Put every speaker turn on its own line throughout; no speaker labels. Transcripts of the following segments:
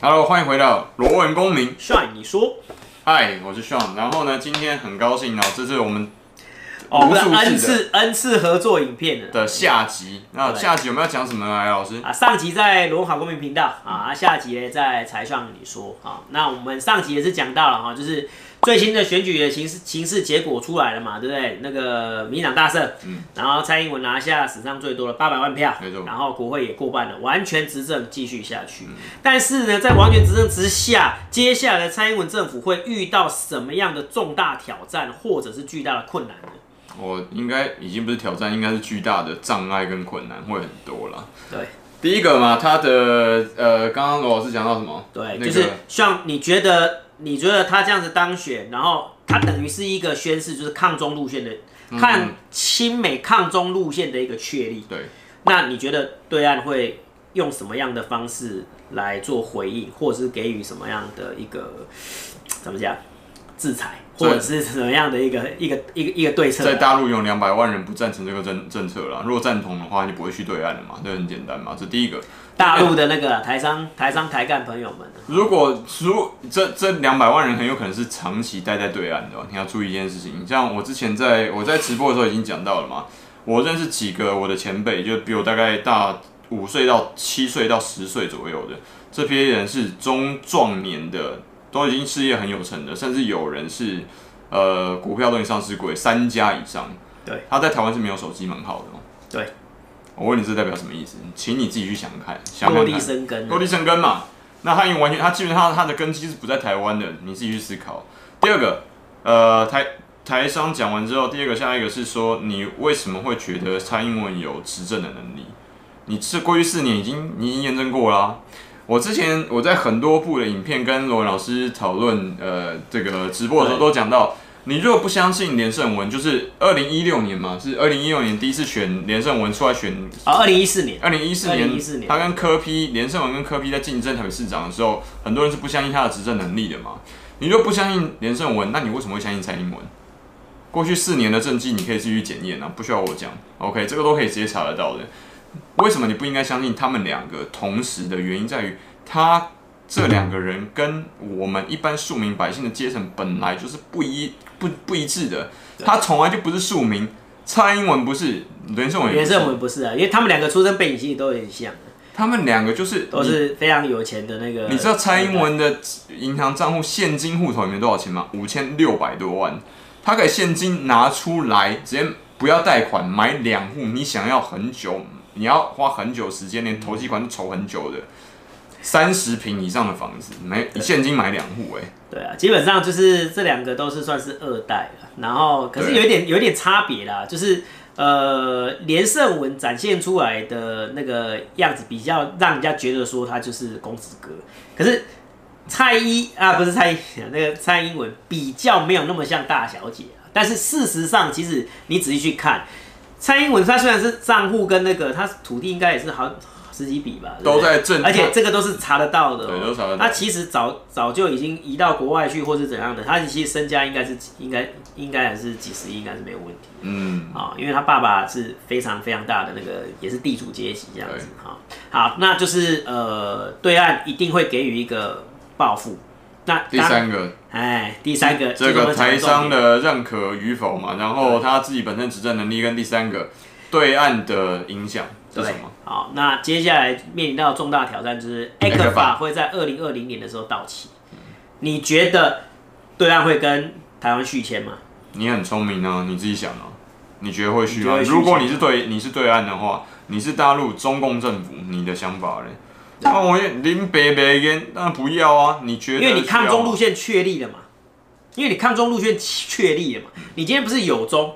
Hello，欢迎回到罗文公民。
帅，你说
嗨，我是 Sean。然后呢，今天很高兴哦，这是我们
哦，我
无
们
数
n
次
次 n 次合作影片了
的下集。那
对
下集我们要讲什么呢？哎，老师，
啊，上集在罗文好公民频道啊，下集呢在才上你说啊，那我们上集也是讲到了哈、就是最新的选举的形势形势结果出来了嘛，对不对？那个民进党大胜，
嗯
然后蔡英文拿下史上最多的八百万票
没错，嗯
然后国会也过半了，完全执政继续下去。但是呢，在完全执政之下，接下来的蔡英文政府会遇到什么样的重大挑战，或者是巨大的困难呢？
我应该已经不是挑战，应该是巨大的障碍跟困难会很多啦。
对。
第一个嘛，他的呃，刚刚罗老师讲到什么？
对，
那
就
个
是像你觉得，你觉得他这样子当选，然后他等于是一个宣誓，就是抗中路线的，
嗯
抗亲美抗中路线的一个确立。
对，
那你觉得对岸会用什么样的方式来做回应，或者是给予什么样的一个怎么讲制裁，
对
或者是什么样的一个一个一个一个对策
在
啊？
大陆有两百万人不赞成这个政政策啦。如果赞同的话，你不会去对岸了嘛？这很简单嘛。这第一个。
大陆的那个啊台商、台商、台干朋友们啊，
如果如这这两百万人很有可能是长期待在对岸的哦，你要注意一件事情。像我之前在我在直播的时候已经讲到了嘛，我认识几个我的前辈，就比我大概大五岁到七岁到十岁左右的这批人是中壮年的，都已经事业很有成的，甚至有人是呃股票都已经上市过三家以上。
对，
他在台湾是没有手机门号的、哦。
对，
我问你这代表什么意思？请你自己去想看，想
落
看
地
看。
生根啊，
落地生根嘛。那他因为完全，他基本上他的根基是不在台湾的，你自己去思考。第二个，呃，台台商讲完之后，第二个下一个是说，你为什么会觉得蔡英文有执政的能力？你是过去四年已经你已经验证过啦、我之前我在很多部的影片跟罗文老师讨论，呃，这个直播的时候都讲到，你如果不相信连胜文，就是二零一六年嘛，是二零一六年第一次选连胜文出来选
啊，二零一四年，
二零一四年，
2014年
他跟柯批连胜文跟柯批在竞争台北市长的时候，很多人是不相信他的执政能力的嘛。你若不相信连胜文，那你为什么会相信蔡英文？过去四年的政绩，你可以自己去检验啊，不需要我讲。OK，这个都可以直接查得到的。为什么你不应该相信他们两个？同时的原因在于，他这两个人跟我们一般庶民百姓的阶层本来就是不一不不一致的。他从来就不是庶民，蔡英文不是，连胜文也
连
不是
胜文不是啊，因为他们两个出生背景其实都有点像。
他们两个就是
都是非常有钱的那个。
你知道蔡英文的银行账户现金户头里面多少钱吗？五千六百多万，他可以现金拿出来，直接不要贷款买两户，你想要很久，你要花很久时间，连投期款都筹很久的，三十平以上的房子，没现金买两户、欸，
对啊，基本上就是这两个都是算是二代了，然后可是
对
有一点有一点差别啦，就是呃连胜文展现出来的那个样子比较让人家觉得说他就是公子哥，可是蔡依啊不是蔡依 那个蔡英文比较没有那么像大小姐啊，但是事实上其实你仔细去看，蔡英文她虽然是账户跟那个她土地应该也是好十几笔吧，对不对
都在正，
而且这个都是查得到的、哦，
对都查得到
他其实早早就已经移到国外去，或是怎样的，他其实身家应该是应该应该还是几十亿，应该是没有问题
嗯，
啊、因为他爸爸是非常非常大的那个，也是地主阶级这样子哈、好，那就是呃，对岸一定会给予一个报复。那
第，三个
哎，第三个
这个台商，
就是我们讲重点
的认可与否嘛，然后他自己本身执政能力跟第三个对岸的影响是什
对
么？，
好，那接下来面临到重大挑战就是
ECFA
ECFA 会在二零二零年的时候到期，你觉得对岸会跟台湾续签吗？
你很聪明啊，你自己想啊，你觉得会续吗？
你觉得会续
如果你是对你是对岸的话，你是大陆中共政府，你的想法嘞？那我也林北北烟，那不要啊！你觉得？
因为你抗中路，线确立了嘛，因为你抗中路线确立了嘛，你今天不是友中，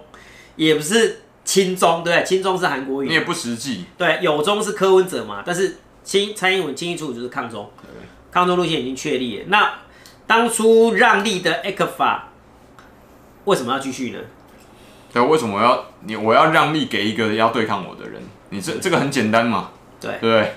也不是亲中，对不对？亲中是韩国
你
语，
也不实际。
对，友中是柯文哲嘛，但是亲蔡英文清一楚就是抗中，抗中路线已经确立了。那当初让利的 ECFA 为什么要继续呢？
对，为什么我要你？我要让利给一个要对抗我的人？你这这个很简单嘛，
对
对不对？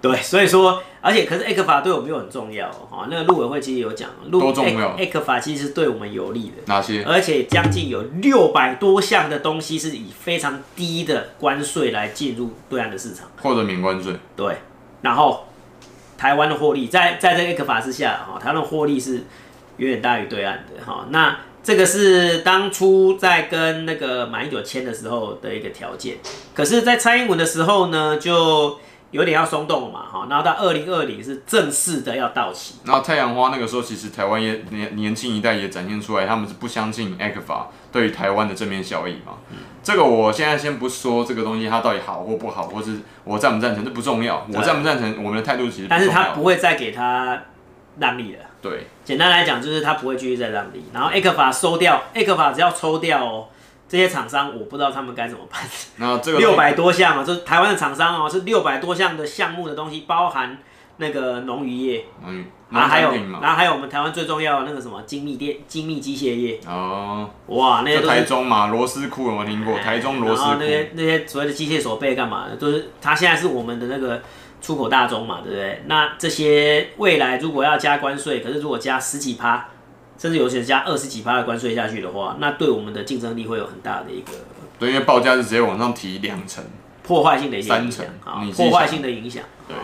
对，所以说，而且可是 ECFA 对我们又很重要哦，那个陆委会其实有讲，陆
多重要
ECFA 其实是对我们有利的。
哪些？
而且将近有六百多项的东西是以非常低的关税来进入对岸的市场，
或者免关税？
对，然后台湾的获利，在在这个克法之下，哈、台湾的获利是远远大于对岸的，哈、那这个是当初在跟那个马英九签的时候的一个条件，可是，在蔡英文的时候呢，就有点要松动了嘛，哈、然后到二零二零是正式的要到期，
然后太阳花那个时候，其实台湾也年年轻一代也展现出来，他们是不相信 ECFA 对于台湾的正面效益嘛。这个我现在先不说这个东西它到底好或不好，或是我赞不赞成，这不重要。我赞不赞成，我们的态度其实不
但
重
是
要。
他不会再给他让利了。
对，
简单来讲，就是他不会继续再让利。然后 A 克法收掉，A 克法只要抽掉哦，这些厂商我不知道他们该怎么办。
那这个
六百多项哦，就是台湾的厂商哦，是六百多项的项目的东西，包含那个农渔业，
嗯，
然啊后还有
农产品，嘛
然后还有我们台湾最重要的那个什么精密电、精密机械业，
哦，
哇，那些
就
都
台
哎是。哎
中嘛，螺丝库有没有听过？台中螺丝
然后那
库，
些那些所谓的机械手背干嘛的，都、是它现在是我们的那个出口大宗嘛，对不对？那这些未来如果要加关税，可是如果加十几趴，甚至有些加二十几趴的关税下去的话，那对我们的竞争力会有很大的一个
对，因为报价是直接往上提两成。
破坏性的一个影
三成
响啊
你，自己
破坏
想
性的影响
对，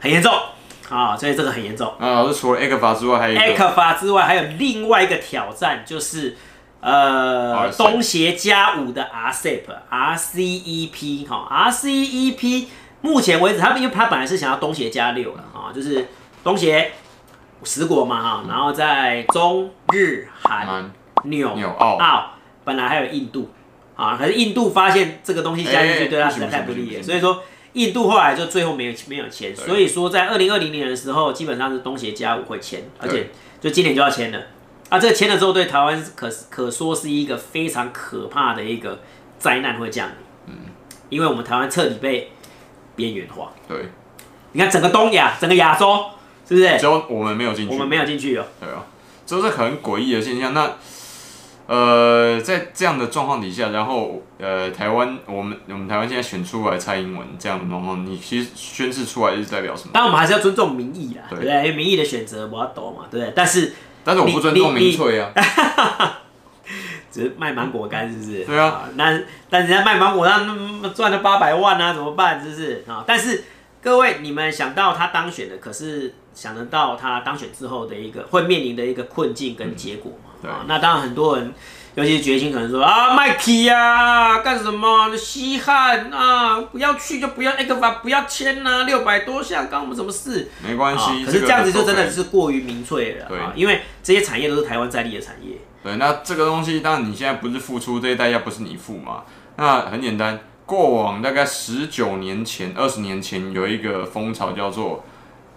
很严重啊，所以这个很严重。
那老师除了 ECFA 之外，还有一个
ECFA 之外，还有另外一个挑战就是。呃，
RCEP
东协加五的 E RCEP，RCEP E 哈，RCEP 目前为止，他们因为他本来是想要东协加六的哈，就是东协十国嘛哈，然后在中日韩
蛮
纽
纽澳。
澳，本来还有印度啊，可是印度发现这个东西加进
哎
去对他
不
实
行
在太不
不行
利
不
了，
行
所以说印度后来就最后没有没有签，
对
所以说在二零二零年的时候，基本上是东协加五会签，而
对
且就今年就要签了。啊，这个签了之后，对台湾可可说是一个非常可怕的一个灾难会降临，嗯，因为我们台湾彻底被边缘化。
对，
你看整个东亚，整个亚洲，是不是
只？有我们没有进去。
我们没有进去哦。
对啊，这是很诡异的现象。那呃，在这样的状况底下，然后呃，台湾我们我们台湾现在选出来蔡英文这样的状况，你其实宣誓出来是代表什么？
但我们还是要尊重民意啦，
对
对不对？因为民意的选择我要懂嘛，对不对？但是
但是我不尊重民粹啊，
只是卖芒果干是不是？
对啊
那但人家卖芒果干那赚了八百万啊，怎么办？是不是啊？但是各位，你们想到他当选的，可是想得到他当选之后的一个会面临的一个困境跟结果嘛？
嗯对
啊，那当然很多人。尤其是决心可能说啊，卖皮啊，干什么？稀罕啊，不要去就不要，那个法不要签啊，六百多项，关我们什么事？
没关
啊
系。
可是
个
这样子就真的
OK
是过于民粹了啊，
对
因为这些产业都是台湾在地的产业。
对。那这个东西，当然你现在不是付出这些代价，不是你付嘛？那很简单，过往大概十九年前、二十年前有一个风潮叫做。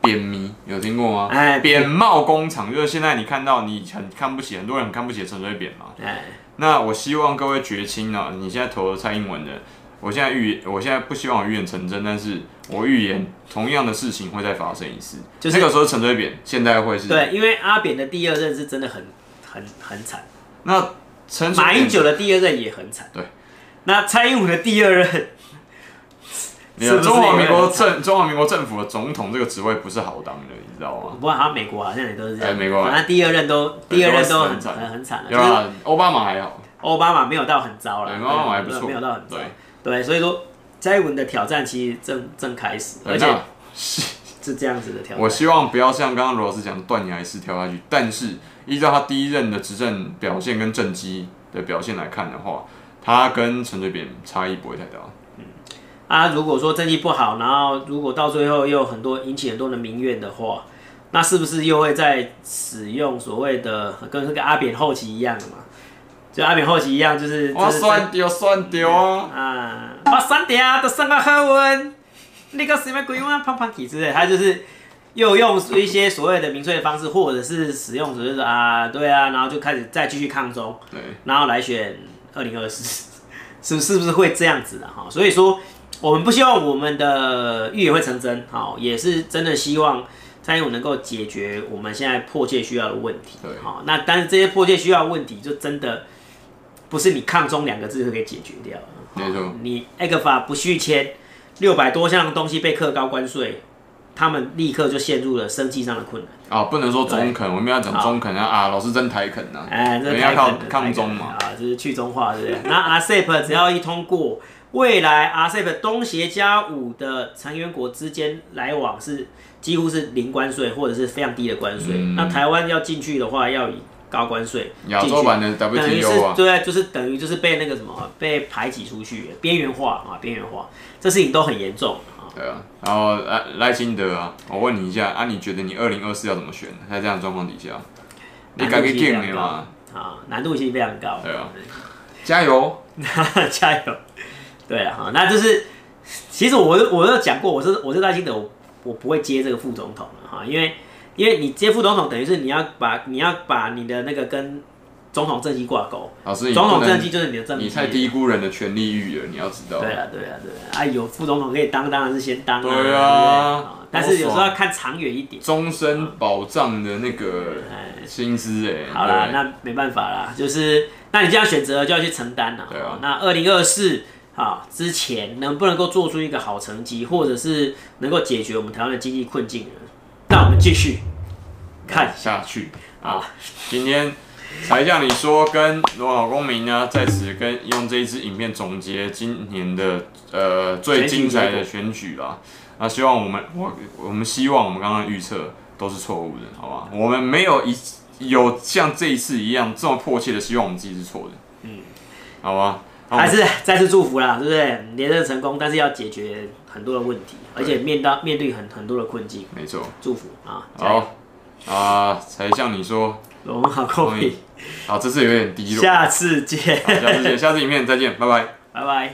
扁迷有听过吗？
哎
扁帽工厂就是现在你看到你很看不起，很多人很看不起陈水扁嘛。
哎，
那我希望各位绝亲啊，你现在投了蔡英文的，我现在预，我现在不希望我预言成真，但是我预言同样的事情会再发生一次。
就是
那个时候陈水扁，现在会是。
对，因为阿扁的第二任是真的很很很惨，
那陈水
马英
扁
九的第二任也很惨。
对，
那蔡英文的第二任，
没
是
有，
不是
中华
也
民
会
国
很惨
政中华民国政府的总统这个职位不是好当的，你知道
我
吗？
不过好像美国好像也都是这
哎
样，
美国
反正第二任都
对
第二任都
都
很
很惨
很很惨了，啊
对
就是
吧？奥巴马还好，
奥巴马没有到很糟了，
对，哎奥巴马还不错，
没有到很糟
对。，
对，所以说蔡英文的挑战其实正正开始，
对
而且
那
是这样子的挑
我
战。
希望不要像刚刚罗老师讲的断崖式跳下去，但是依照他第一任的执政表现跟政绩的表现来看的话，他跟陈水扁差异不会太大。
啊，如果说政绩不好，然后如果到最后又有很多引起很多的民怨的话，那是不是又会在使用所谓的跟那个阿扁后期一样的嘛？就阿扁后期一样，就是
哇，
就是
算丢算丢啊！
啊，我三点啊，都上个好文，那个什么鬼啊，胖胖体之类，他就是又用一些所谓的民粹的方式，或者是使用所谓的啊，对啊，然后就开始再继续抗中，
对，
然后来选二零二四， 是是不是会这样子的哈？所以说，我们不希望我们的预言会成真，好，也是真的希望蔡英文能够解决我们现在迫切需要的问题，
对
好，那但是这些迫切需要的问题，就真的不是你抗中两个字就可以解决掉的，好
没错
你 A 克法不续签，六百多项东西被课高关税，他们立刻就陷入了生计上的困难。
啊，不能说中肯，我们要讲中肯啊！啊，老师真台肯啊！
哎，这
人
太
家
狠
靠
了
抗中嘛，
太狠了啊，这是去中化，对不对？那 RCEP 只要一通过，未来 RCEP 东协加五的成员国之间来往是几乎是零关税或者是非常低的关税。
嗯
那台湾要进去的话，要以高关税进
亚
去，
洲版的
等于是
WTO 啊，
对，就是等于就是被那个什么被排挤出去，边缘化啊，边缘化，这事情都很严重啊。
对啊，然后赖赖清德啊，我问你一下啊，你觉得你二零二四要怎么选？在这样的状况底下，你
难
敢
度
给
性非
game
常
你
高
嘛？
啊，难度性非常高。
对啊加油！
加油！对了哈，那就是其实我我有讲过，我是我是赖清德，我我不会接这个副总统了哈，因为因为你接副总统，等于是你要把你要把你的那个跟总统政绩挂钩，
老师，你嗯
总
不
统政
能，
绩就是你的政绩。
你太低估人的权力欲了，你要知道。
对啊，对啊，对啊，啊有副总统可以当，当然是先当啊。
对啊
对不对但是有时候要看长远一点。
终身保障的那个薪资哎、
好啦，
对
那没办法啦，就是那你这样选择就要去承担了。
对啊
那二零二四啊之前能不能够做出一个好成绩，或者是能够解决我们台湾的经济困境呢？那我们继续看
下去啊！今天才叫你说跟罗好公民呢，在此跟用这一支影片总结今年的呃最精彩的选举啦。那希望我们我我们希望我们刚刚的预测都是错误的，好吧？我们没有一有像这一次一样这么迫切的希望我们自己是错的，嗯，好吧？那我
还
们
是再次祝福啦，对不对？连任成功，但是要解决很多的问题，而且面到面对很很多的困境，
没错，
祝福啊！加油，
好啊、才像你说，
我们好公平，
好，这次有点低落。
下次见，
好，下次见，下次影片再见，拜拜。
拜拜。